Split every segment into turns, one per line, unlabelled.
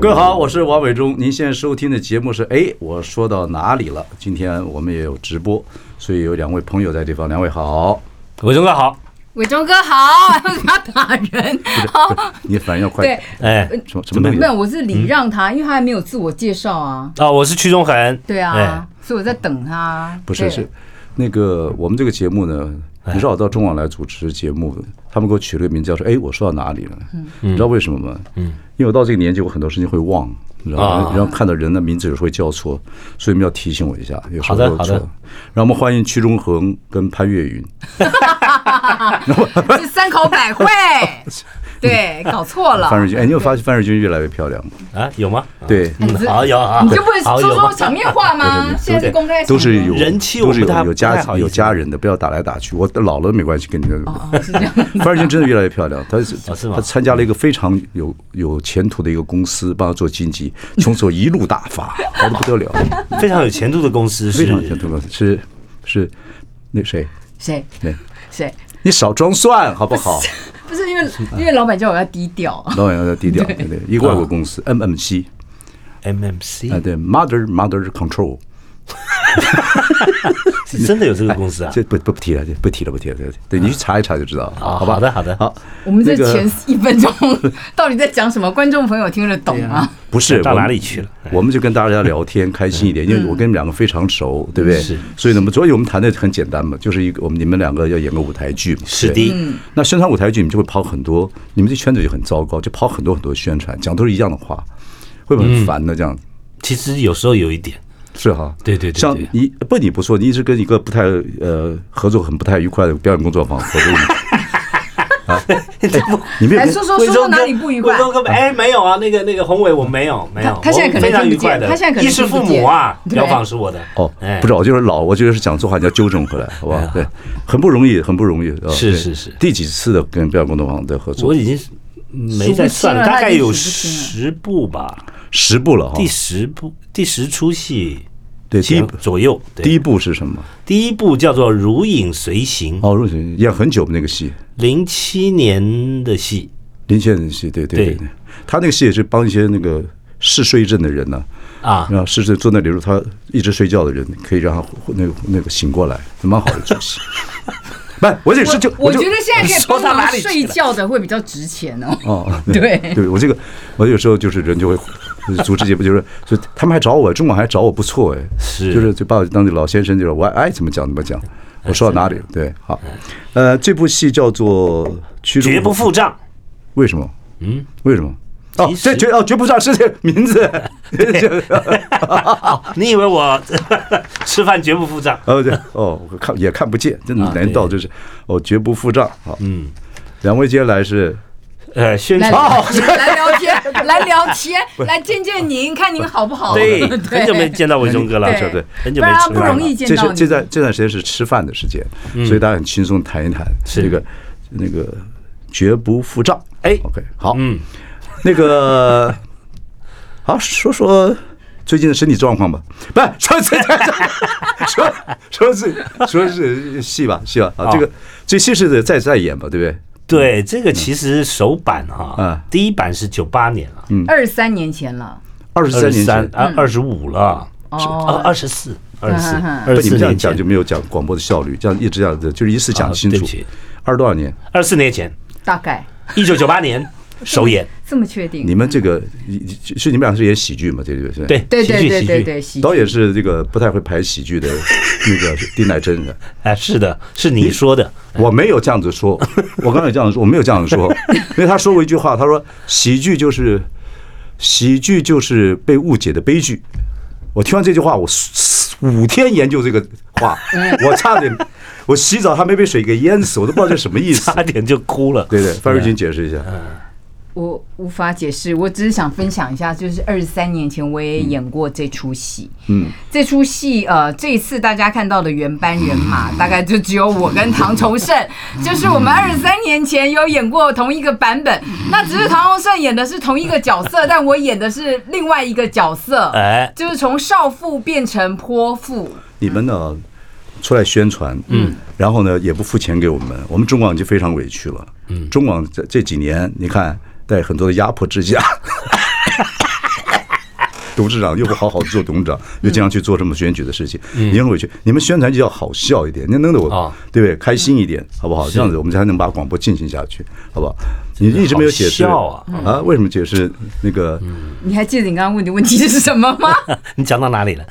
各位好，我是王伟忠，您现在收听的节目是哎，我说到哪里了？今天我们也有直播，所以有两位朋友在这方，两位好，
伟忠哥好，
伟忠哥好， 为什么要打人？好，
你反应要快，
对，
哎
什么什么东西啊
没？有，我是礼让
嗯
他，因为他还没有自我介绍啊。
啊，我是屈中恒，
对
哎
啊，所以我在等他。
不是
对
是，那个我们这个节目呢，你知道我到中网来主持节目，他们给我取了个名字叫说，哎，我说到哪里了？你知道为什么吗？嗯，因为我到这个年纪，我很多事情会忘，你知道吗？
啊
然后看到人的名字有时候会叫错，所以你们要提醒我一下，有时候
好的
会
好
错
的。
让我们欢迎屈中恒跟潘越云，
是三口百 惠，对，搞错了。
范瑞军，哎，你有发现范瑞军越来越漂亮吗？
啊，有吗？啊
对，
嗯好有啊，
你就不会
好
说
有
说
吗？
场面话吗？现在是公开场合，
都是有
人气
都是
我不太
有有
不
家
太好意思
有家人的，不要打来打去。我老了没关系，跟你的。
哦，是这样。
范瑞军真的越来越漂亮，她是
哦是吗
她参加了一个非常有有前途的一个公司，帮她做经纪，从此一路大 发，好的不得了，
啊非常有前途的公司是
非常有前途的，是是那谁
谁
对，
谁？
你少装蒜好不 好？
不是因为因为老板叫我要低调，
老板要低调，对对，一个
啊
外国公司 MMC
MMC，
啊，对，Mother Mother Control，
是真的有这个公司啊？
哎这不不不提了，这不提了，不提了，对对，你去查一查就知道了，
啊
好吧？
好的好的
好，
我们这
那个
前一分钟 到底在讲什么？观众朋友听得懂吗？
不是
到
我们
哪里去了哎嗯
我们就跟大家聊天，开心一点，因为我跟你们两个非常熟，对不对？
是
所以呢，我们所以我们谈的很简单嘛，就是一个我们你们两个要演个舞台剧嘛。
是
对
的嗯。
那宣传舞台剧，你们就会跑很多，你们这圈子就很糟糕，就跑很多很多宣传，讲都是一样的话，会不会很烦的这样？
其实有时候有一点，
是哈，
对对对对
像你不你不说，你一直跟一个不太呃合作很不太愉快的表演工作坊合作， 啊哎你啊们有
来
跟
说说说说哪里不愉快
伟？忠哥，哎，没有啊，那个那个宏伟我没有没有，
他他现在
我
可能
非常
听不
愉快
见
的，
他现在可能
衣食
听不
父
见
母啊，
对
疗房是我的
哦，
哎
不知道，我就是老，我觉得是讲错话，你要纠正回来，好吧？对，很不容易，很不容易。哦
是
对
是是
第几次的跟表演工作坊的合
我
作？
已经是没在算
数不清了
大概有
他已经数不
十部吧，
十部了哈。哦
第十部第十出戏
对第一
前左右，对
第一部是什么？
第一部叫做《如影随形》，
哦，入选演很久的那个戏，
零七年的戏，
林先生的戏，对对对
对
对。他那个戏也是帮一些那个嗜睡症的人呢，
啊
然后嗜睡坐那里如他一直睡觉的人，可以让他那个那个醒过来，蛮好的一出戏。 不，我这是就
我
就
觉得现在可以帮
说到哪
忙
里去了
睡觉的会比较值钱哦。
哦，
对
对，我这个我有时候就是人就会组织节目，就是就他们还找我，中国还找我不错哎，
是
就是就把我当成老先生，就是我爱怎么讲怎么讲，我说到哪里了对好，呃，这部戏叫做《曲中
嗯绝不付账。
为什么？嗯，为什么？哦
其，
这
实
绝哦绝不上是这个名字，
你以为我 吃饭绝不付账？
哦对哦，我看也看不见，这
啊对
难道就是哦绝不付账好，嗯，两位接下来是
呃，宣
来
传
来聊 天，来聊天，来见见您，看您好不好？
对，很久没见到伟忠哥了，
对
对，很久
不
没
然
吃
不
饭
容
了
易。见
这
到
是
你
这段这段时间是吃饭的时间，所以大家很轻松谈一谈
是
这个那个绝不付账。
哎
，OK，好，
嗯，
那个好说说最近的身体状况吧，不说说说说是说是戏吧戏吧啊，
啊
这个这戏是在在演吧，对不对？
对，这个其实首版哈
嗯，
第一版是九八年了，
二三年前了。
二十
二
三
十
年
三
前。
啊，二十五了，
哦
啊，二十四，二十四，
嗯嗯嗯
二
不，
十
你们
四
这样
年
讲就
前，
没有讲广播的效率，这样一直这样子，就是一次讲清
啊对
楚
不起。
二十多少年？
二十四年前，
大概
一九九八年 首演，
这么确定？
你们这个是你们俩是演喜剧嘛？这个是
对，
对
喜
对
剧
对
喜
对
剧
对，喜剧
导演是这个不太会拍喜剧的 那个丁乃真的，
哎，是的，是你说的，
我没有这样子说， 我刚才有这样子说，我没有这样子 说，因为他说过一句话，他说喜剧就是喜剧就是被误解的悲剧。我听完这句话，我嘶五天研究这个话，
嗯
我差点， 我洗澡还没被水给淹死，我都不知道这什么意思。
差点就哭了。
对对，范瑞军解释一下，
我无法解释，我只是想分享一下，就是二十三年前我也演过这出戏。
嗯，
这出戏呃，这一次大家看到的原班 人马，大概就只有我跟唐崇盛，就是我们二十三年前有演过同一个版本。那只是唐崇盛演的是同一个角色，但我演的是另外一个角色，
哎，
就是从少妇变成泼妇。
你们呢出来宣传，嗯，然后呢也不付钱给我们，我们中广就非常委屈了，嗯，中广这这几年你看带很多的压迫之下， 董事长又不好好做董事长，又经常去做这么选举的事情，也很委屈。你们宣传就要好笑一点，那弄得我
啊
对不对开心一点，好不好？这样子我们才能把广播进行下去，好不好？你一直没有解释
好笑
啊，为什么解释那个？
你还记得你刚刚问的问题是什么 吗？
嗯你讲到哪里了？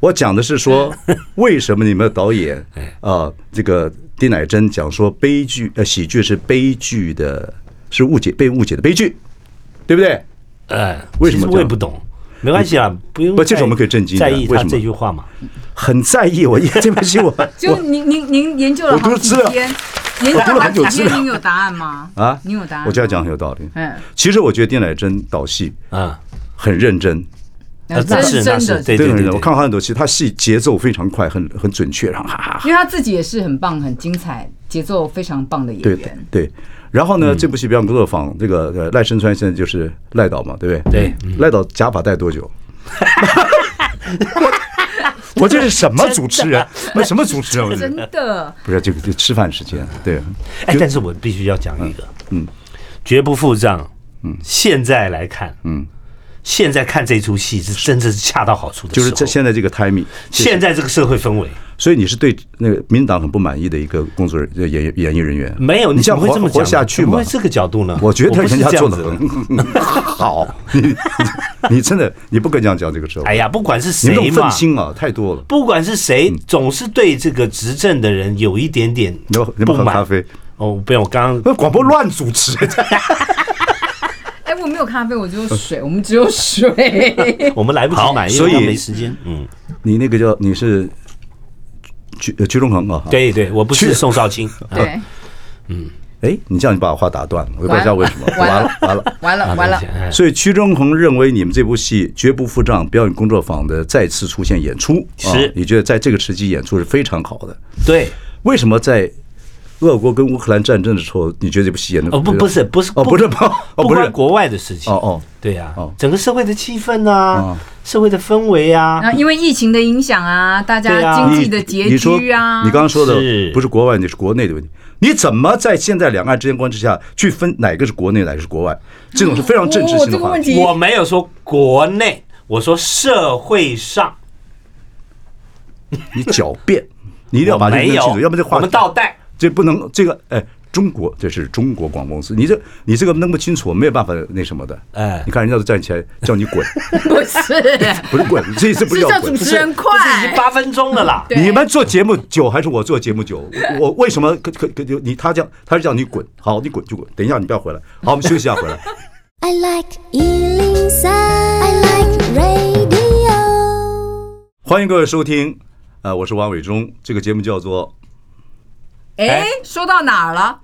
我讲的是说，
嗯
为什么你们的导 演
哎
啊、这个丁乃真讲说悲剧呃喜剧是悲剧的，是误解被误解的悲剧，对不对？
哎，
为什么嗯
其实我也不懂，没关系啊，不用
不
太。
这是我们可以震惊的
在意
为
他
什么
这句话嘛？
很在意我这部 戏我
就您您您研究了
我读
好
了
几
资料
天，研究
我读了
好
很久
几
资
天，
料
您有答案吗？
我啊，
你有答案吗？
我觉得他讲得很有道理。
呃
嗯，
其实我觉得丁乃真导戏
啊，
很认真，
那
那是那
真真
是
的，
对
真的很认真。我看过他很多戏，他戏节奏非常快，很很准确，然后哈哈哈
因为他自己也是很棒、很精彩、节奏非常棒的演
对
员。
对。然后呢，
嗯
这部戏表演工作坊，这个呃赖声川现在就是赖导嘛，对不对？
对，
赖导假发戴多 久？我我这是什么主持人？那什么主持人？我这
真的，
不是这个这吃饭时间，对，
哎，但是我必须要讲一个，
嗯，
绝不付账。嗯，现在来看，
嗯，
现在看这出戏是真的是恰到好处的时
就
候，
是这现在这个 timing。
现在这个社会氛围，
所以你是对那个民进党很不满意的一个工作人呃演演艺人员？
没有
你
怎
这
么
样
会
活
这么讲
活
呢
下去
怎么
吗
会？这个角度呢？
我觉得
不是
人家
这样
做
子
的很 好， 你你真的你不可以这样讲这个时候，
哎呀，不管是
你那
谁
种愤
嘛，
青嗯啊太多了。
不管是谁，总是对这个执政的人有一点点
你要你要不
不
要喝咖
满。
啡？
哦，不用，我刚 刚
那广播乱主持，
哎，我没有咖啡，我只有水，我们只有 水。
我们来不及买，因
所
为
以
刚没时间。嗯，
你那个叫你是居呃居中恒啊？。
对对，我不是宋 少卿。
对，
哎，你这样就把我话打断了，我也不知道为什么，
完
完
了
了完了。
完了完了，
哎
所以屈中恒认为你们这部戏绝不付账，表演工作坊的再次出现演出，啊
是
你觉得在这个时机演出是非常好的。
对，
为什么在俄国跟乌克兰战争的时候，你觉得这部戏演的
哦不不是不是
哦不是不哦
不
不
关
是
国外的事情。
哦哦
对呀
哦，
整个社会的气氛啊
哦，
社会的氛围啊，
然后因为疫情的影响啊，大
对啊
家经济的
你
拮
你说
据啊，
你刚刚说的
是
不是国外，你是国内的问题。你怎么在现在两岸之间关系下去分哪个是国内，哪个是国外？这种是非常政治
哦
性
这
的
个
话
问
题。
题，
我没有说国内，我说社会上，
你狡辩，你一定要
我
把这个
没
弄清
有
楚，，要不然这话
我们倒带。
这不能这个哎，中国这是中国广播公司，你这你这个弄不清楚，没有办法那什么的。
哎
你看人家都站起来叫你滚，
不是，
不是滚，这一次不
是
叫
叫
滚
主。持
这
人
已经
快。
八分钟了啦。
对
你们做节目久还是我做节目久？我我为什么可可可你他叫他是叫你滚，好你滚就滚，等一下你不要回来，好我们休息一下回来。
I like Ealing Sound. I like radio.
欢迎各位收听，呃，我是王伟忠，这个节目叫 做
哎，说到哪儿了？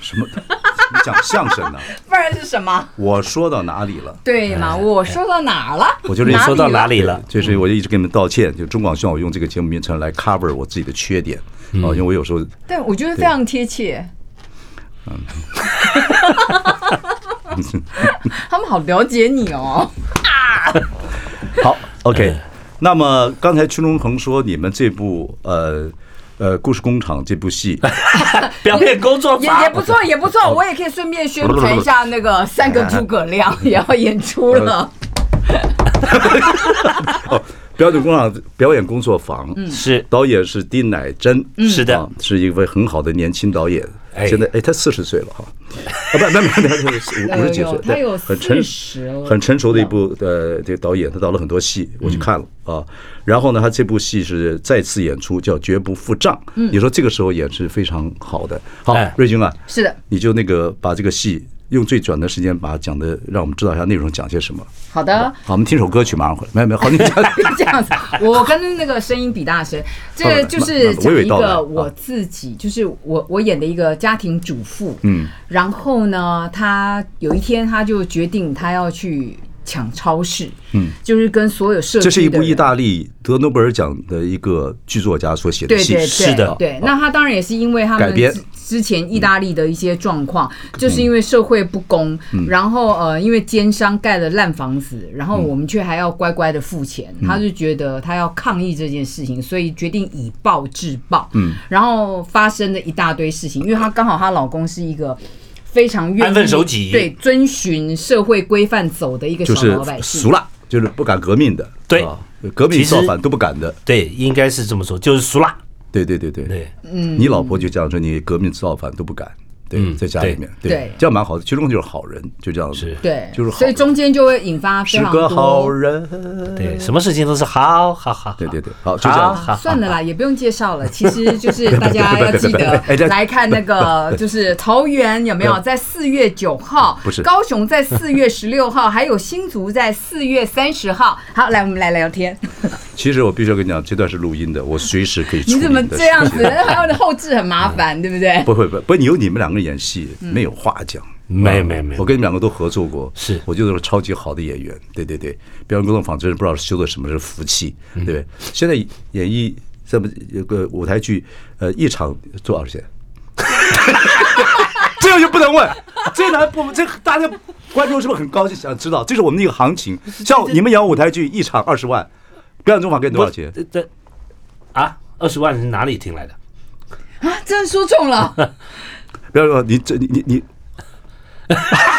什么？你讲相声呢？
不然是什么？
我说到哪里了？
对嘛，我说到哪儿了？
哎我就是
你说到
哪
哪
里
里了？
就是我就一直跟你们道歉，就中广希望我用这个节目名称来 cover 我自己的缺点
嗯
啊、因为我有时候
但我觉得非常贴切。
嗯
他们好了解你哦。
好 OK。那
哎
么刚才屈中恒说你们这部呃呃故事工厂这部 戏，
表面工作
也
法
也不错，也不错，我也可以顺便宣传一下那个三个诸葛
哎
亮也要演出了。
表演工厂表演工作坊，
是
导演是丁乃真，
嗯是的
啊是一位很好的年轻导演。
哎
现在哎，他四十岁了哈，啊不不呃不，他 五五十几
有
岁
哎
对
有，哎他有哦
很成
40了
很成熟的一部呃这个导演，他导了很多戏，
嗯
我去看了啊。然后呢，他这部戏是再次演出，叫《绝不付账》。
嗯
你说这个时候演是非常好的。好
哎，
瑞军啊，
是的，
你就那个把这个戏。用最短的时间把它讲的，让我们知道一下内容讲些什么。
好的，
好，我们听首歌曲，马上回来。没有没有，好，你 讲。
这样子，我跟那个声音比大声，这个就是讲一
啊
个我自己，就是我我演的一个家庭主妇，
嗯，
然后呢，她有一天她就决定她要去抢超市，嗯，就是跟所有社区
这是一
的
部
人
意大利得诺贝尔奖的一个剧作家所写的
对
戏，
对对，
是的
对。那他当然也是因为他
改
们
编嗯
之之前意大利的一些状况，就是因为社会不公，
嗯
然后呃，因为奸商盖了烂房子，然后我们却还要乖乖的付钱，
嗯
他就觉得他要抗议这件事情，所以决定以暴制暴。嗯，然后发生了一大堆事情，因为她刚好她老公是一个。非常愿意
安分守己
对遵循社会规范走的一个
就
小
是
老百姓，
俗了，就是不敢革命的，
对
啊革命
其实
造反都不敢的。
对，应该是这么说，就是俗辣。
对对对对，
对，
嗯
你老婆就这样说，你革命造反都不敢。对，
嗯
在家里面，
对对
这样蛮好的。其中就是好人，就这样子
是，
对，
就是好人
所以中间就会引发非
是
常
个
多
好人。
嗯
对，什么事情都是好，好好，好
对对对好就这样
好好
啊算了啦，也不用介绍了。 其实就是大家要记
哎
得
这嗯
来看那 个，就是桃园有没有在四月九号，
不是
高雄在四月十六号， 还有新竹在四月三十号。好，来我们来聊 天。
其实我必须要跟你讲，这段是录音的，我随时可以。
你怎么这样子？？ 还有后置很麻烦，对不对？
嗯不会不会不，你有你们两个演戏，没有话讲。
没有没有没有
我跟你们两个都合作过，
是
我觉得是超级好的演员。对对对，表演工作坊真是不知道修的什么是福气，对不对？现在演艺这么有个舞台剧，呃，一场多少钱？这个就不能问，这难不这大家观众是不是很高兴想知道？这是我们的一个行情。像你们演舞台剧一场二十万，表演工作坊给你多少钱？
不这这啊，二十万是哪里听来的？
啊，真的说 中了。
不要说你这你你你，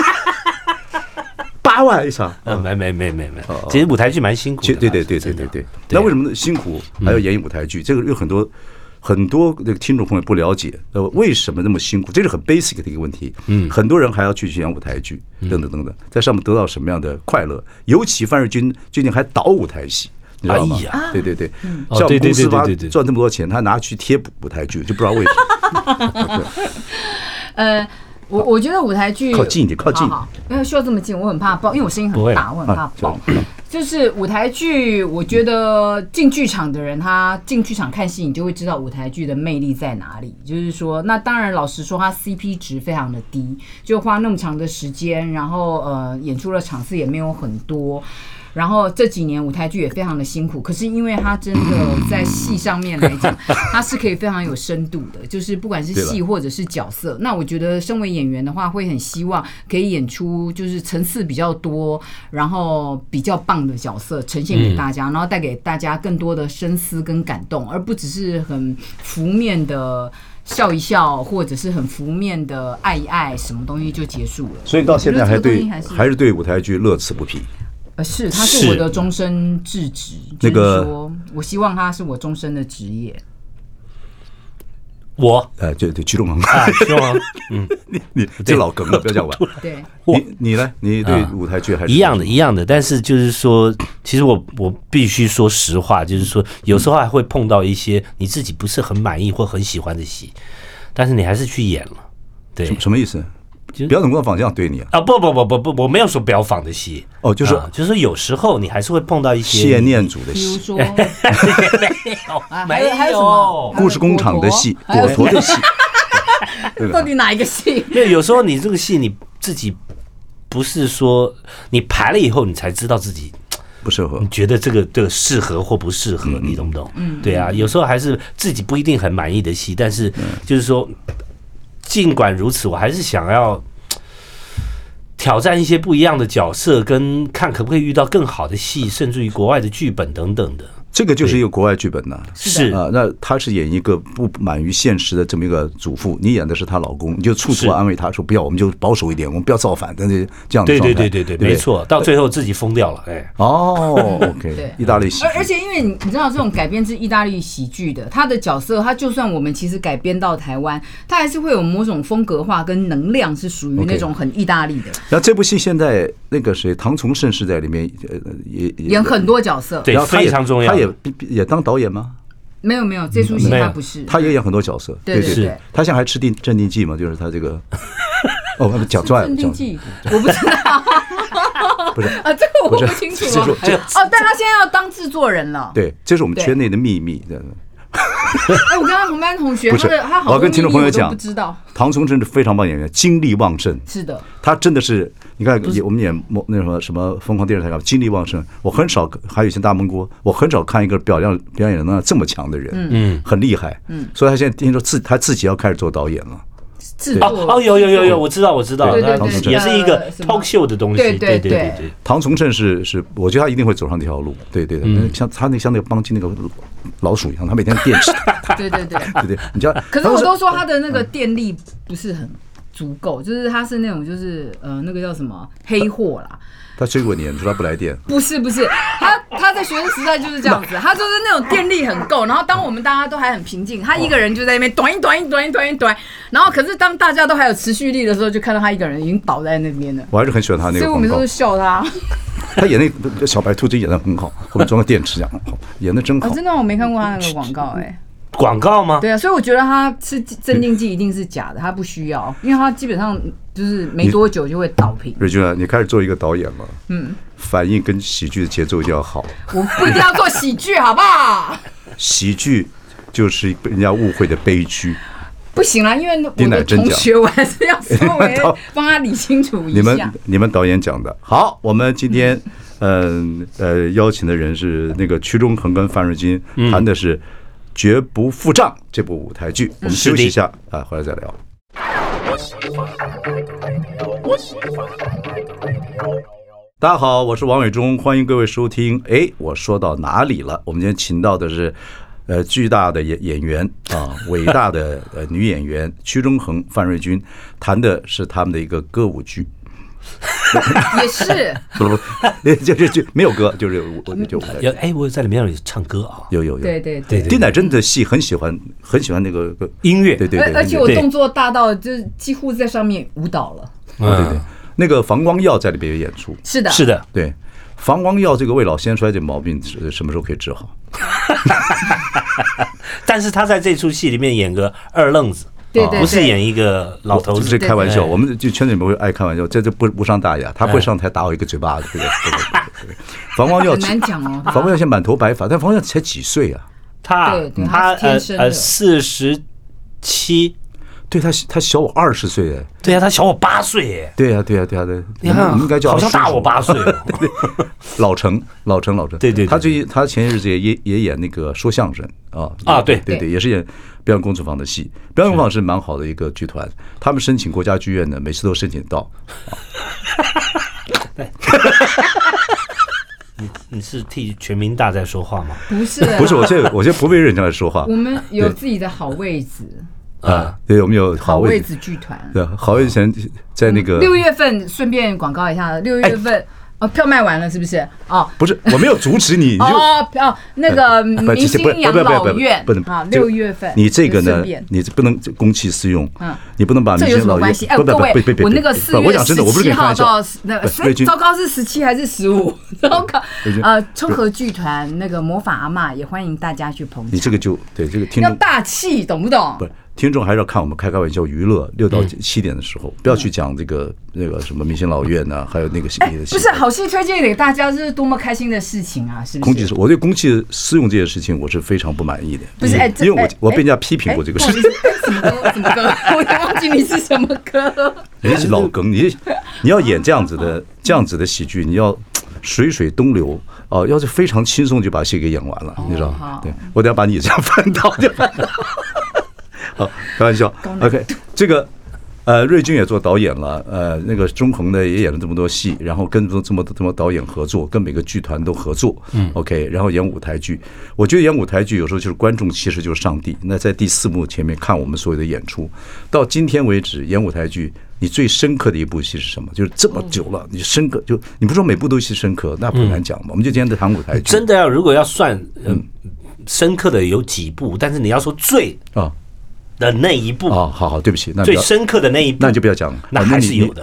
八万一场，
呃，没没没没没
嗯哦，
其实舞台剧蛮辛苦
其
的
实
啦，
对对对对
是真的
对对。
对
那为什么辛苦还要演绎舞台剧？这个有很多很多这个听众朋友不了解，呃，为什么那么辛苦？这是很 basic 的一个问题。嗯，很多人还要去演舞台剧，
嗯
等等等等，在上面得到什么样的快乐？尤其范瑞军最近还导舞台戏。你知道吗
哎呀？
对对对，
哦
像我们
对
公
对
司
对对
发
对对
赚这么多钱，他拿去贴补舞台剧，就不知道为什 么。
呃，我我觉得舞台剧
靠近一点靠近
好好没有需要这么近，我很怕爆，因为我声音
不
很
会
大，
啦
我很怕
啊
爆。就是舞台剧，我觉得进剧场的人，他进剧场看戏，你就会知道舞台剧的魅力在哪里。就是说，那当然，老实说，它 CP 值非常的低，就花那么长的时间，然后呃，演出的场次也没有很多。然后这几年舞台剧也非常的辛苦，可是因为它真的在戏上面来讲，它是可以非常有深度的，就是不管是
对了
戏或者是角色。那我觉得身为演员的话，会很希望可以演出就是层次比较多，然后比较棒的角色呈现给大
嗯
家，然后带给大家更多的深思跟感动，而不只是很浮面的。笑一笑，或者是很浮面的爱一爱，什么东西就结束了。
所以到现在还
我
对
觉得这个东西还
还是对舞台剧乐此不疲。
呃，是，它是我
是
的终身志职。
那
就是
个
说，我希望它是我终身的职业。
我
哎，对对，曲中恒，
啊，希望嗯
你你这老梗了，不要讲完。
对，
我
你你呢？你对
啊
舞台剧还是
一样的，一样的。但是就是说，其实我我必须说实话，就是说，有时候还会碰到一些你自己不是很满意或很喜欢的戏，但是你还是去演了，对
什么意思？
就
表演工作坊这样对你啊？
啊，不不不不不，我没有说标仿的戏，
哦就是
啊就是说有时候你还是会碰到一些
谢念祖的
比如
戏，啊
说，啊
你，
还
没
有还有什么
有。
故事工厂的戏，
还有
果陀的戏， 对
到
吧？
底哪一个戏？
因为有时候你这个戏你自己不是说你排了以后你才知道自己
不适合
你。觉得这个这个适合或不适合，你懂不懂？嗯，对啊，有时候还是自己不一定很满意的戏，但是就是说，尽管如此，我还是想要挑战一些不一样的角色，跟看可不可以遇到更好的戏，甚至于国外的剧本等等的。
这个就是一个国外剧本呐、
是
啊，那他是演一个不满于现实的这么一个主妇，你演的是她老公，你就处处
是
安慰她说不要，我们就保守一点，我们不要造反，但是这样的
对
状
对
态，
对对
对
对，
不对
没。错，到最后自己疯掉了，哎，
哦
对
，OK，意大利喜
而
剧
而且因为你你知道这种改编自意大利喜剧的，它的角色，它就算我们其实改编到台湾，它还是会有某种风格化跟能量，是属于
OK
那种很意大利的，
然后这部戏现在那个谁，唐崇盛是在里面，呃，也
演很多角色。
对
然后他也
非常重要
他也也当导演吗？
没有没有，这出戏
没有
它不是，
他也演很多角色，
对
对
对
是
对。
他现在还吃定镇定剂嘛，就是他这个哦，不讲出来了，
镇定
讲
剂，我不知道
不是
啊，这个我
不是
不清楚
这是
哦
我。这
哦，但他现在要当制作人了。
对，这是我们
对
圈内的秘密。对
哎，我刚刚同班同学，
不是
他的他
我
好多
要跟听众朋友
秘密我
讲
都不知道。
唐崇真是非常棒演员，精力旺盛。
是的，
他真的是，你看也我们演某那什么什么疯狂电视台，精力旺盛。我很少，还有以前大闷锅，我很少看一个表扬表演能量这么强的人，嗯，很厉害，嗯。所以他现在听说自他自己要开始做导演了，
制作
哦哦，有有有有，我知道我知道，
对
对
那
对对
也是一个
呃什么
talk show 的东西，
对
对对
对
对
对
唐崇盛是是，我觉得他一定会走上这条路，对对对，那像他那像那个邦基那个老鼠一样，他每天电池，
对对对。
对对，你知道？
可
唐
是
崇
我
盛
都说他的那个
嗯
电力不是很足够，就是他是那种就是呃那个叫什么黑货啦，
他追过你，你说他不来电，
不是不是，他他在学生时代就是这样子，他就是那种电力很够，然后当我们大家都还很平静，他一个人就在那边短一短一短一短一短，然后可是当大家都还有持续力的时候，就看到他一个人已经倒在那边了。
我还是很喜欢啊他那
所
个
以我
广
们都
告哦
是。笑他啊！
他演那小白兔真演的很好，后面装个电池 讲好，演的真好。
啊真的我没看过他那个广告哎，
哦
广告吗？
对啊，所以我觉得他吃镇定剂一定是假的，他不需要，因为他基本上就是没多久就会倒平。
瑞君啊，你开始做一个导演了，嗯，反应跟喜剧的节奏就要好。
我不一定要做喜剧，好不好？
喜剧就是被人家误会的悲剧。
不行啦，因为我
丁乃
的
真
同
讲
学，我还是要稍微帮他理清楚
你
一
们
下。
你们导演讲的好，我们今天，嗯 呃，邀请的人是那个曲中恒跟范瑞金，谈的是《绝不付账》这部舞台
嗯
剧。我们休息一下啊，回来再聊。大家好，我是王伟忠，欢迎各位收听。哎，我说到哪里了？我们今天请到的是，呃，巨大的演演员啊，伟大的呃女演员曲中恒、范瑞君，谈的是他们的一个歌舞剧，
也是，
不不，不 就就就没有歌，就是我我就我
有哎，我在里面有唱歌啊，
有有有，
对
对
对对。
对
丁乃真的戏很喜欢，很喜欢那个歌，
音乐，
对对对，
而而且我
对
动作大到就是几乎在上面舞蹈了。
嗯对对对，那个房光耀在里边有演出，
是的，
嗯，是。的，
对，房光耀这个未老先衰这毛病是什么时候可以治好？
但是他在这出戏里面演个二愣子，
对对对
不是演一个老头
我
子
这，开玩笑，
对哎
我们就圈子里面会爱开玩笑，这就不无伤大雅。他不会上台打我一个嘴巴子，这个这个这 个房光耀
很难讲 哦
房光耀现在满头白发，但房光耀才几岁啊？
他
对对
他呃
他是天生的
呃四十七，
对他他小我二十岁哎，
对呀，啊他小我八岁耶，
对呀对呀对呀对，
你
我
看啊
们应该叫
好像大
叔叔
我八岁哦，
老陈，老陈，老陈，
对对对
他最近他前些日子也也也演那个说相声啊
啊对
对对，也是演表演工作坊的戏，表演工作坊是蛮好的一个剧团，他们申请国家剧院呢，每次都申请到，
你是替全民大在说话吗？
不是 啦
不是我这我这不为人家来说话
我们有
对
自己的好位置，
啊， 对，我们有好
好位
位
置，剧团。
对，啊好以前在那个
六月份顺便广告一下，六月
哎
份哦，票卖完了是不是？哦。
不是我没有阻止你，你就哎
哦哦，那个
不
明
不
星
不
养
不
老
不不
院
不能
啊，
这个
六月份
你这个
就顺
呢
便，
你这不能公器私用，
嗯
啊你不能把
这
明
有
星
什么
老爷
关系？哎，
不
各
不
位
不不，不
我那个
不
四
我
月
讲真的，我不是跟
十七
你开
号
玩笑
到那
不瑞
是
君
糟糕是十七还是十五？ 糟糕
瑞君，
呃，春和剧团那个魔法阿嬷也欢迎大家去捧
你
场，
这个就对这个听
要
众
大气，懂不懂
不？是听众还是要看我们开开玩笑娱乐，六
嗯
到七点的时候，不要去讲这个那个什么明星老院呐、还有那个
哎
你的，戏
不是好戏推荐给大家，这是多么开心的事情啊！是不
公器
是
私，？我对公器私用这件事情我是非常不满意的，
不是哎这
因为
哎
我我被人家
哎
批评过这个
哎
事情。
不好意思哎 什么歌？ 什么歌？我也忘记你是什么歌。
人家是老梗，你你要演这样子
嗯
的这样子的喜剧，你要水水东流哦、要是非常轻松就把戏给演完了，你知道吗
哦好？
对我等下把你这样 翻倒就翻倒。好，开玩笑。OK，这个呃，瑞君也做导演了，呃，那个中恒呢也演了这么多戏，然后跟这么这么这么导演合作，跟每个剧团都合作。嗯，OK，然后演舞台剧，我觉得演舞台剧有时候就是观众其实就是上帝。那在第四幕前面看我们所有的演出，到今天为止演舞台剧。你最深刻的一部戏是什么？就是这么久了，
嗯
你深刻就你不说每部都是深刻，那不敢讲嘛。我们就今天在谈舞台剧，
真的呃要如果要算嗯深刻的有几部，但是你要说最
啊，
的那一步，
哦，好好，对不起，那不
最
要，
深刻的那一步，
那你就不要讲了，
那
哦
还
你
是
你
有的，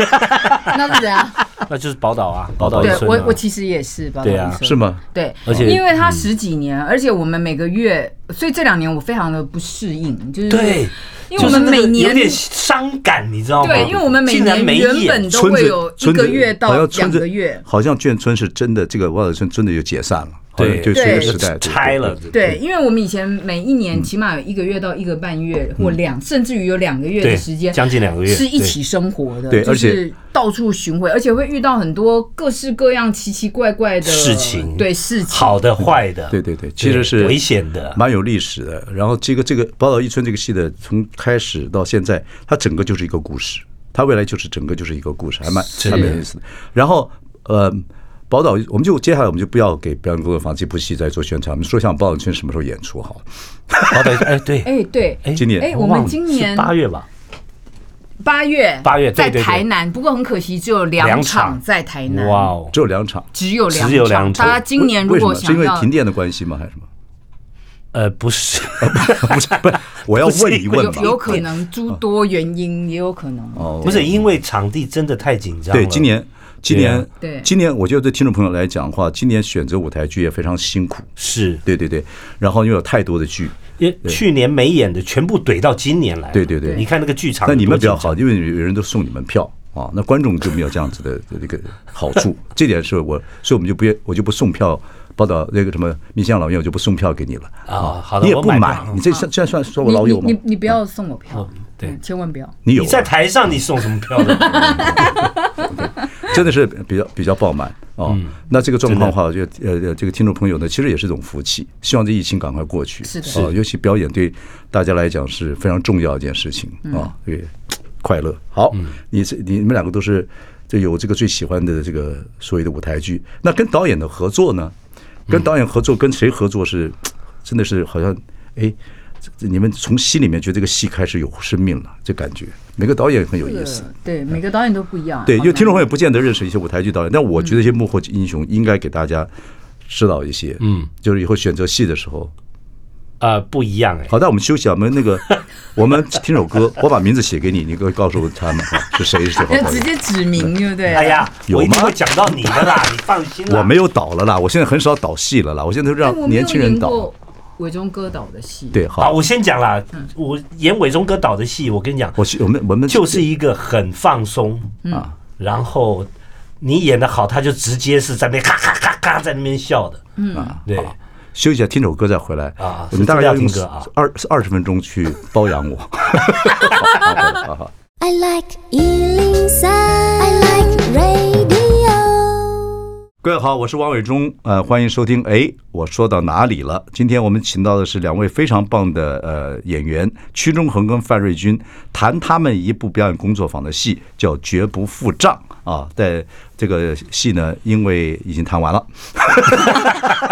那是怎样？
那就是宝岛
哦
啊，宝岛一
对
村、啊。
我我其实也是吧，
对啊
是吗？
对，
而且嗯
因为他十几年，而且我们每个月，所以这两年我非常的不适应，就是
对，
因为我们
就是那
每
个
年
有点伤感，你知道吗？
对，因为我们每
竟然
年
没
原
演
本都会有一个月到两个月，
好像眷村是真的，这个万岛村真的就解散了，好像
对
就随着时代
就拆了，，
对，因为我们以前每一年起码有一个月到一个半月或两，甚至于有两个月
嗯对，
的时间
将近两个月
是一起生活的，
对
就
而且
是到处巡回，而且会遇到很多各式各样奇奇怪怪的
事情
对事情，
好的坏的，
对对对，其实是
危险的，
蛮有历史的。然后这个这个《宝岛一村》这个戏的从开始到现在，它整个就是一个故事，它未来就是整个就是一个故事，还蛮
是
还蛮有意思的。然后呃，宝岛我们就接下来我们就不要给表演工作坊这部戏再做宣传，我们说一下《宝岛一村》什么时候演出好了？
宝岛哎对，
哎，对，
哎
今年
哎我
忘
们
了
今
是
年
八月吧，
八月
八月对
在
对对
台南，不过很可惜只有
两
两
场
场在台南，
哇哦，
只有两场，
只有
只有
两
两
场。
场
大家今年如
为什
果
么？是
想
因为
要
停电的关系吗？还是什么？
呃不是，
不是不是，我要问一问
有
吧。
有可能诸多原因，也有可能。
哦
不是因为场地真的太紧张了，
对，今年，今
对
年
啊，
对
今年，我觉得对听众朋友来讲的话，今年选择舞台剧也非常辛苦。
是
对对对，然后又有太多的剧，
因为去年没演的全部怼到今年来了，
对对对
你看那个剧场，
那你们比较好，，因为有人都送你们票啊，那观众就没有这样子的 这个好处，这点是我，所以我们就不我就不送票。报道那个什么密相老院，我就不送票给你了
啊好的
你也
我
不
买
买
票，啊
你这算这算说我
你
老友吗
你？你你不要送我票
嗯，对
千万不要。
你有啊
你在台上你送什么票 呢？
真的是比较比较爆满啊、那这个状况的话，我觉得呃，呃这个听众朋友呢，其实也是一种福气，希望这疫情赶快过去。
是的
啊，尤其表演对大家来讲是非常重要的一件事情啊，对，快乐。好，你这你你们两个都是这有这个最喜欢的这个所谓的舞台剧，那跟导演的合作呢？跟导演合作，跟谁合作是真的是好像哎。这这你们从心里面觉得这个戏开始有生命了，这感觉每个导演很有意思。
对，每个导演都不一样。
对，因为听众朋
会
友不见得认识一些舞台剧导演，但我
嗯
觉得一些幕后英雄应该给大家知道一些。嗯，就是以后选择戏的时候，
呃，不一样哎，
好，那我们休息啊，我们那 个，我们听首歌，我把名字写给你，你给我告诉他们 哈是谁是最好
要
导
直
演。
接指名，对不对？啊
哎，呀，
有
我一定
吗
会讲到你 的啦，你放心啦，
我没有导了啦，我现在很少导戏了啦，我现在都
哎
让年轻人。
我没有演
导
过。伟忠哥导的戏，，
对，
好，
好，
我先讲啦，
嗯
我演伟忠哥导的戏，我跟你讲，
我去我们我们
就是一个很放松，
嗯
啊，
然后你演的好，他就直接是在那边咔咔咔咔在那边笑的，
啊
嗯，对，
休息一下，听首歌再回来
啊
我们大概
是
要
这
用
样听歌啊
二二十分钟去包养我。
I like Ealing Sound. I like radio.
各位好，我是王伟忠，呃，欢迎收听。哎，我说到哪里了？今天我们请到的是两位非常棒的呃演员，屈中恒跟范瑞军，谈他们一部表演工作坊的戏，叫《绝不付账》啊。在这个戏呢，因为已经谈完了，
看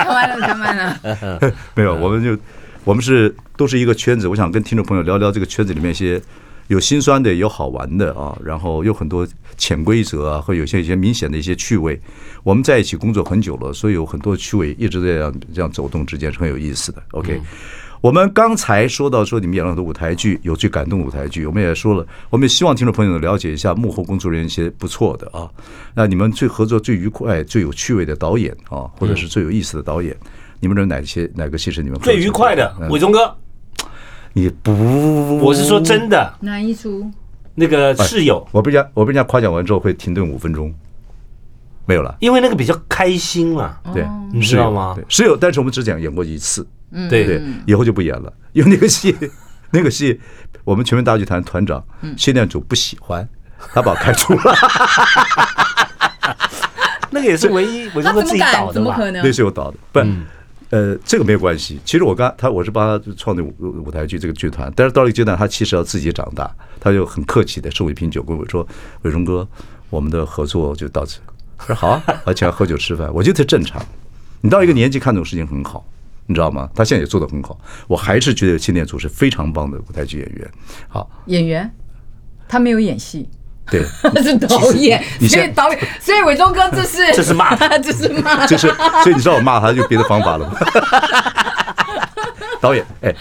完了，看完了。
没有，我们就我们是都是一个圈子，我想跟听众朋友聊聊这个圈子里面一些有心酸的，也有好玩的啊，然后有很多潜规则啊，会有一些一些明显的一些趣味。我们在一起工作很久了，所以有很多趣味一直在这样这样走动之间是很有意思的。OK。我们刚才说到说你们演了很多舞台剧，有最感动的舞台剧，我们也说了，我们也希望听众朋友能了解一下幕后工作人员一些不错的啊，那你们最合作最愉快、最有趣味的导演啊，或者是最有意思的导演，你们认为哪些哪个戏是你们合作
最愉快的
嗯
伟忠哥，
你不，
我是说真的，
哪一出？
那个
哎
室友，
我被人家我被人家夸奖完之后会停顿五分钟，没有了，
因为那个比较开心嘛，
对，
哦你
是
知道吗
有？对是有，但是我们只讲演过一次，对
嗯
对，，
以后就不演了，因为那个戏， 那个戏，我们全民大剧团团长谢念祖不喜欢，他把我开除了，
那个也是唯一伟
他
忠哥自
怎么
己导
敢？
的
怎么
吧？
可能
那？是有导的，不。呃，这个没有关系。其实我刚他我是帮他创立舞舞台剧这个剧团，但是到了一个阶段，他其实要自己长大，他就很客气的送我一瓶酒，跟我说：“伟忠哥，我们的合作就到此。”我说：“好啊，而且要喝酒吃饭，我觉得这正常。你到一个年纪看这种事情很好，你知道吗？他现在也做得很好，我还是觉得谢念祖是非常棒的舞台剧演员。好，
演员，他没有演戏，
对，
他 是导演，
你
所以
先
导演，所以伟忠哥这是
这是骂，
这是 骂，
就是， 所以你知道我骂他就别的方法了吗？导演，哎，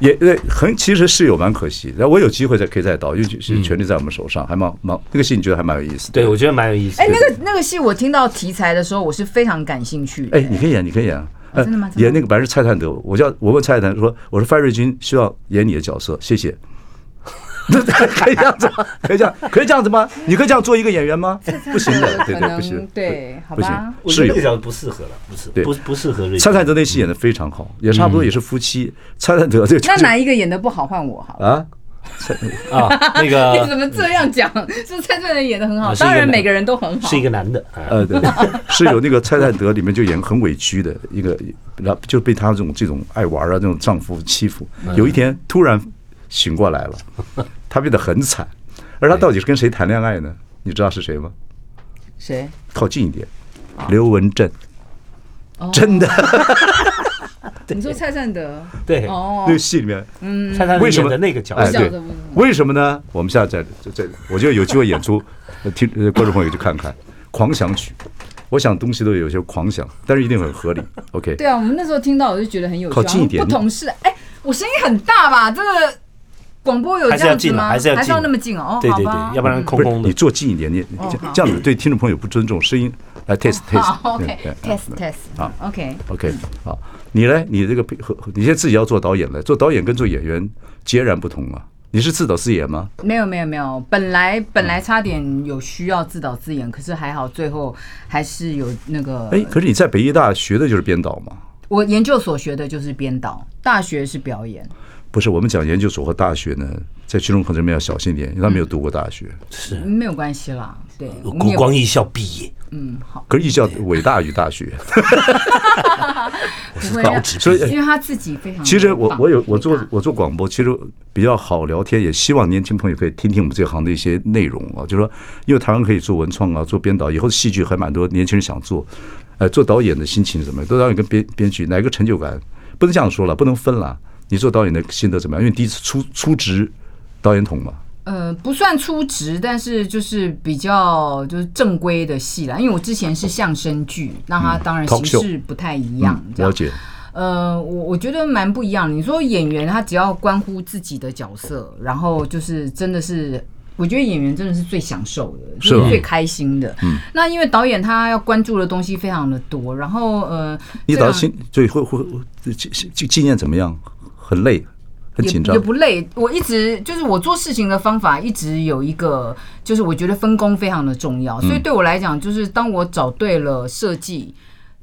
也呃很其实是有蛮可惜，但我有机会再可以再导，因为是
嗯
权力在我们手上，还蛮蛮那个戏你觉得还蛮有意思的。
对，我觉得蛮有意思的。
哎，那个那个戏，我听到题材的时候，我是非常感兴趣的。
哎，你可以演，你可以演啊。
哦真的吗真的吗
演那个白日蔡探德，我叫我问蔡探德说，我说范瑞军需要演你的角色，谢 谢。可以这样子吗？可以这样，可以这样子吗？你可以这样做一个演员吗？不行的，对对，
可能
不行，
对，好
不行
吧。
我觉
是
得
有
那个角色不适合了，不适
对
不不适合瑞
蔡
秋。
泰德那戏演的非常好，也差不多也是夫妻。蔡泰德这个就
那
是
哪一个演的不好，换我好了。
啊，
啊，那
呃
你怎
个
么这样讲？是蔡正元演的很好，
啊是一个
当然
男
每个人都很好
是。一个男的啊，
呃，对， 是有那个蔡泰德里面就演很委屈的一个，然后就被他这种这种爱玩啊这种丈夫欺负。有一天突然醒过来了，他变得很惨，而他到底是跟谁谈恋爱呢？你知道是谁吗？
谁？
靠近一点，刘文正，
哦
真的，
你说蔡善德？
对，
哦
那，个戏里面，
蔡灿
为什么
的那个角
哎，
色
晓得
对
不知道，
为什么呢？我们下次再再，我觉得有机会演出，呃听呃观众朋友去看看《狂想曲》，我想东西都有些狂想，但是一定很合理。OK，
对啊，我们那时候听到我就觉得很有趣，
靠近一点
好像不同事。哎，我声音很大吧？这个广播有
还
这
是要
样子
近了，
吗？
还是要近了，
那么近哦？哦
哎对对
好吧
对，要不然空
不是
空的
你。坐近一点，你你
哦
这
好
这样子对听众朋友不尊重，声音来 test
哦
test
好
对。对
，OK，test test，
啊
OK，
OK，好，你呢？你这个配合，你现在自己要做导演了，做导演跟做演员截然不同啊！你是自导自演吗？
没有没有没有，本来
嗯
本来差点有需要自导自演，可是还好最后还是有那个。
哎，可是你在北医大学的就是编导嘛？
我研究所学的就是编导，大学是表演。
不是，我们讲研究所和大学呢，在群众朋友们要小心一点，因为
嗯
他没有读过大学。
是
没有关系啦，对，我
呃
们
国
也
光艺校毕业，
嗯好，
可是艺校伟大于大学，
嗯不会
高
让
职
所以
因为他自己非常
其实我
棒
我有我做
伟大
我做广播，其实比较好聊天，也希望年轻朋友可以听听我们这行的一些内容啊，就是说，因为台湾可以做文创啊，做编导，以后戏剧还蛮多年轻人想做，呃，做导演的心情是怎么样？做导演跟编编剧哪个成就感？不能这样说了，不能分了。你做导演的心得怎么样？因为你第一次出出职导演筒嘛，
呃不算出职，但是就是比较就是正规的戏啦，因为我之前是相声剧，那它当然
talk
形
show
式不太一样，这
嗯
样
了解。
呃，我我觉得蛮不一样的。你说演员他只要关乎自己的角色，然后就是真的是。我觉得演员真的是最享受的，
是啊嗯
就
吧
最开心的。那因为导演他要关注的东西非常的多，然后呃，
你
这
导
两
心对会会经经经验怎么样？很累，很
也
紧
也
张。
不累。我一直就是我做事情的方法，一直有一个，就是我觉得分工非常的重要。
嗯
所以对我来讲，就是当我找对了设计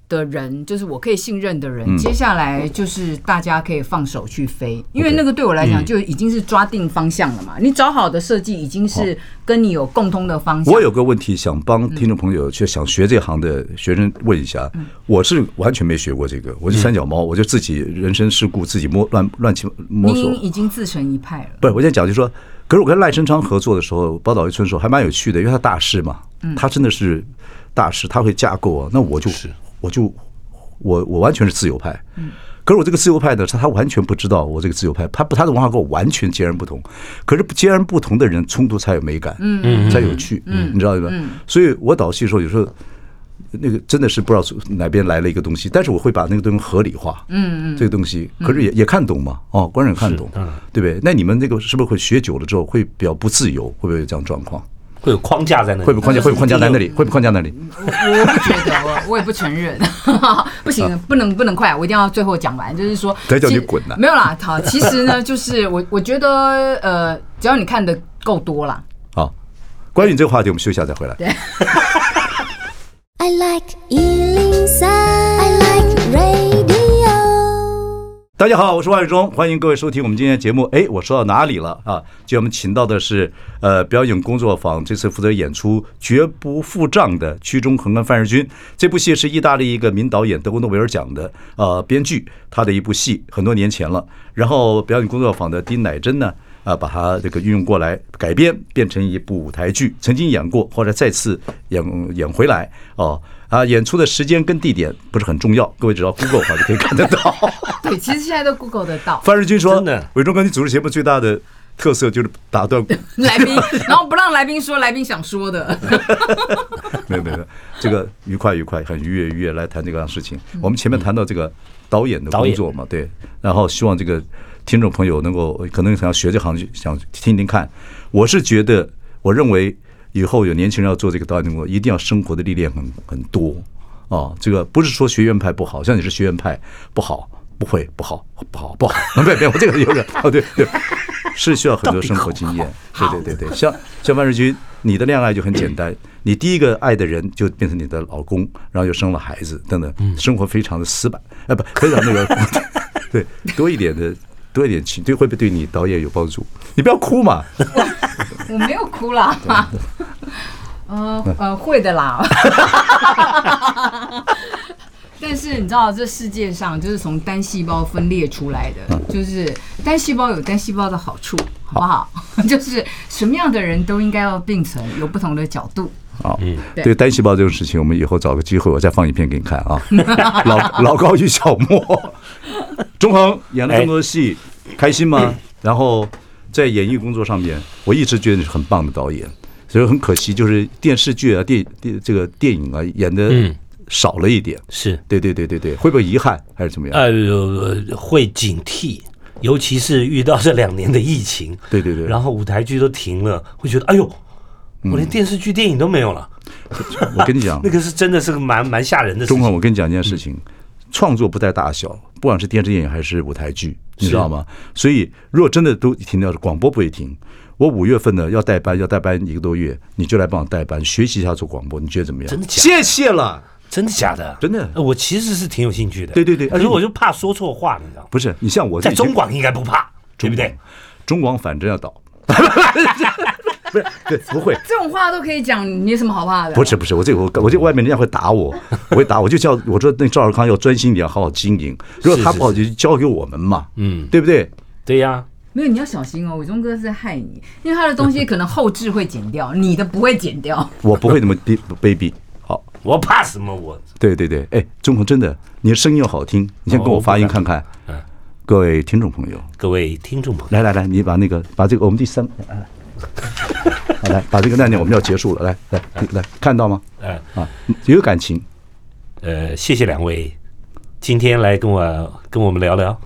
的人，就是我可以信任的人，
嗯
接下来就是大家可以放手去飞，因为那个对我来
嗯
讲就已经是抓定方向了嘛。你找好的设计已经是跟你有共通的方向。
我有个问题想帮听众朋友，就想学这行的学生问一下。我是完全没学过这个，我是三脚猫，我就自己人生事故自己摸乱乱七摸索
您。已经自成一派了。
不是，我先讲就是说，可是我跟赖声川合作的时候，宝岛一村的时候还蛮有趣的，因为他大师嘛，他真的是大师，他会架构啊。那我就是我就我我完全是自由派，可是我这个自由派呢，他他完全不知道我这个自由派，他不他的文化跟我完全截然不同。可是截然不同的人冲突才有美感，嗯，才有趣，嗯，你知道吗？所以我导戏的时候有时候。那个真的是不知道从哪边来了一个东西，但是我会把那个东西合理化，嗯嗯，这个东西，可是也也看懂嘛，哦，观众也看懂
是当然，
对不对？那你们那个是不是会学久了之后会比较不自由？会不会有这样状况？
会有框架在那里，
会不会
嗯
框架？会不会框架在那里？
嗯
会不会框架在那里？
我不觉得，我 我也不承认，不行，不能不能快，啊我一定要最后讲完，就是说，
再啊叫你
其
滚啊呐
没有啦，好，其实呢， 就是我我觉得，呃，只要你看的够多啦，
好，关于这个话题，我们休息一下再回来。
I like Ealing Sound. I like radio.
大家好，我是万宇忠，欢迎各位收听我们今天的节目。哎，我说到哪里了啊？今天我们请到的是呃表演工作坊这次负责演出《绝不付账》的屈中恒跟范日军。这部戏是意大利一个名导演得过诺贝尔奖的呃编剧他的一部戏，很多年前了。然后表演工作坊的丁乃真呢，啊，把它这个运用过来改编，变成一部舞台剧，曾经演过，后来再次演演回来哦。啊，演出的时间跟地点不是很重要，各位只要 Google 的话就可以看得到。
对，其实现在都 Google 得 到
范瑞军说：“
真的
伟忠哥，你主持节目最大的特色就是打断，
来宾，然后不让来宾说来宾想说的，
没有没有，没有这个愉快愉快，很愉悦愉悦嗯来谈这个事情。我们前面谈到这个导演的
导
工
演
作嘛，对，然后希望这个听众朋友能够可能想要学这行，想听听看。我是觉得，我认为以后有年轻人要做这个导演工作，一定要生活的历练很很多啊。这个不是说学院派不好，像你是学院派不好，不会不好不好不好， 没有没有，我这个有点哦，对对，是需要很多生活经验。对对对对，像像万日君，你的恋爱就很简单，你第一个爱的人就变成你的老公，然后又生了孩子等等，生活非常的死板，哎不，非常那个， 对，多一点的多一点情，对会不会对你导演有帮助？你不要哭嘛，
我没有哭 啦。嗯呃，会的啦。 但是你知道，这世界上就是从单细胞分裂出来的，
嗯
就是单细胞有单细胞的好处，好不好？ 就是什么样的人都应该要并存，有不同的角度。
啊，
嗯
对
对单细胞这种事情，我们以后找个机会我再放影片给你看啊。老老高与小莫，中恒演了这么多戏，
哎
开心吗？然后在演艺工作上面，我一直觉得你是很棒的导演，所以很可惜，就是电视剧啊、电电这个电影啊演的
嗯
少了一点。
是
对对对对对，会不会遗憾还是怎么样？
呃会警惕，尤其是遇到这两年的疫情，
对对对嗯
然后舞台剧都停了，会觉得哎呦，我连电视剧、电影都没有了，
我跟你讲，
那个是真的是个蛮蛮吓人的
嗯
事
中恒，
情。
我跟你讲一件事情，创作不带大小，不管是电视电影还是舞台剧，你知道吗？所以如果真的都停掉了，广播不会停。我五月份呢要代班，要代班一个多月，你就来帮我代班，学习一下做广播，你觉得怎么样？
真的假的
谢谢了。
真的假的？
真的
呃我其实是挺有兴趣的。
对对对
可
而
是
且你
我就怕说错话，你知道吗？
不是你像我
在
已经
中广应该不怕，对不对？？
中广反正要倒， 不是对，不会。
这种话都可以讲，你有什么好怕的？
不是不是，我这个我我这个外面人家会打我，我会打，我就叫我说那赵少康要专心一点，好好经营。如果他不好，就交给我们嘛，
嗯，
对不对？
对呀，
没有，你要小心哦，伟忠哥是在害你，因为他的东西可能后置会剪掉，你的不会剪掉。
我不会那么低卑鄙。好，
我怕什么？我
对对对，哎，钟恒真的，你的声音又好听，你先
哦
跟我
我
发音
不敢
看看。
嗯
各位听众朋友，
各位听众朋友，
来来来，你把那个把这个我们第三，来来，好来把这个那念我们要结束了，来来你来，看到吗？
呃
啊，也有感情，
呃，谢谢两位，今天来跟我跟我们聊 聊。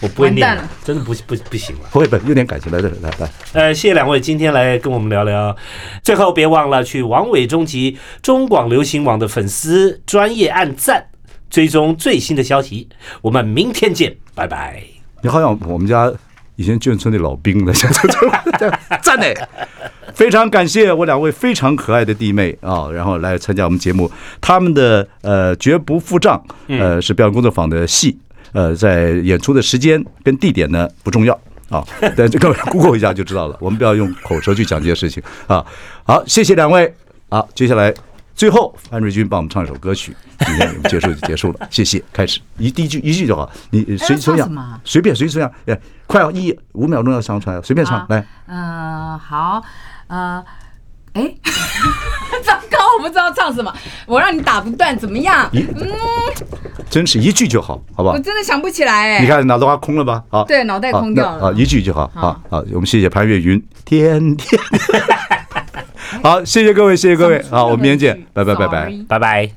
我不会
完
念
蛋
了
了，
真的不不不行了。
不会不会有点感情，来来来来，
呃，谢谢两位今天来跟我们聊聊。最后别忘了去王伟忠及中广流行网的粉丝专业按赞，追踪最新的消息。我们明天见，拜拜。
你好像我们家以前眷村的老兵了，现在就赞呢。非常感谢我两位非常可爱的弟妹啊、然后来参加我们节目。他们的呃绝不付账，呃是表演工作坊的戏，呃在演出的时间跟地点呢不重要啊，但这个 Google 一下就知道了。我们不要用口舌去讲这些事情啊。好，谢谢两位。好，接下来最后范瑞军帮我们唱一首歌曲，今天我们结束就结束了，谢谢。开始一第一句一句就好，你随
要
随
唱
样
什么啊
随便随随样，哎，快要一五秒钟要唱出来，随便唱
啊
来。
嗯、好，呃，哎， 糟糕，我不知道唱什么，我让你打不断，怎么样？
一，真是一句就好，好不好
我？真的想嗯不起来哎。
你，看脑袋瓜空了吧？啊，
对脑袋空掉了
啊，那啊一句就好，
好
啊啊！我们谢谢潘越云，天 天。好，谢谢各位，谢谢各位，
唱不出
好，我
任
们
何
明天
一句
见，拜拜，拜拜。
Sorry
拜拜。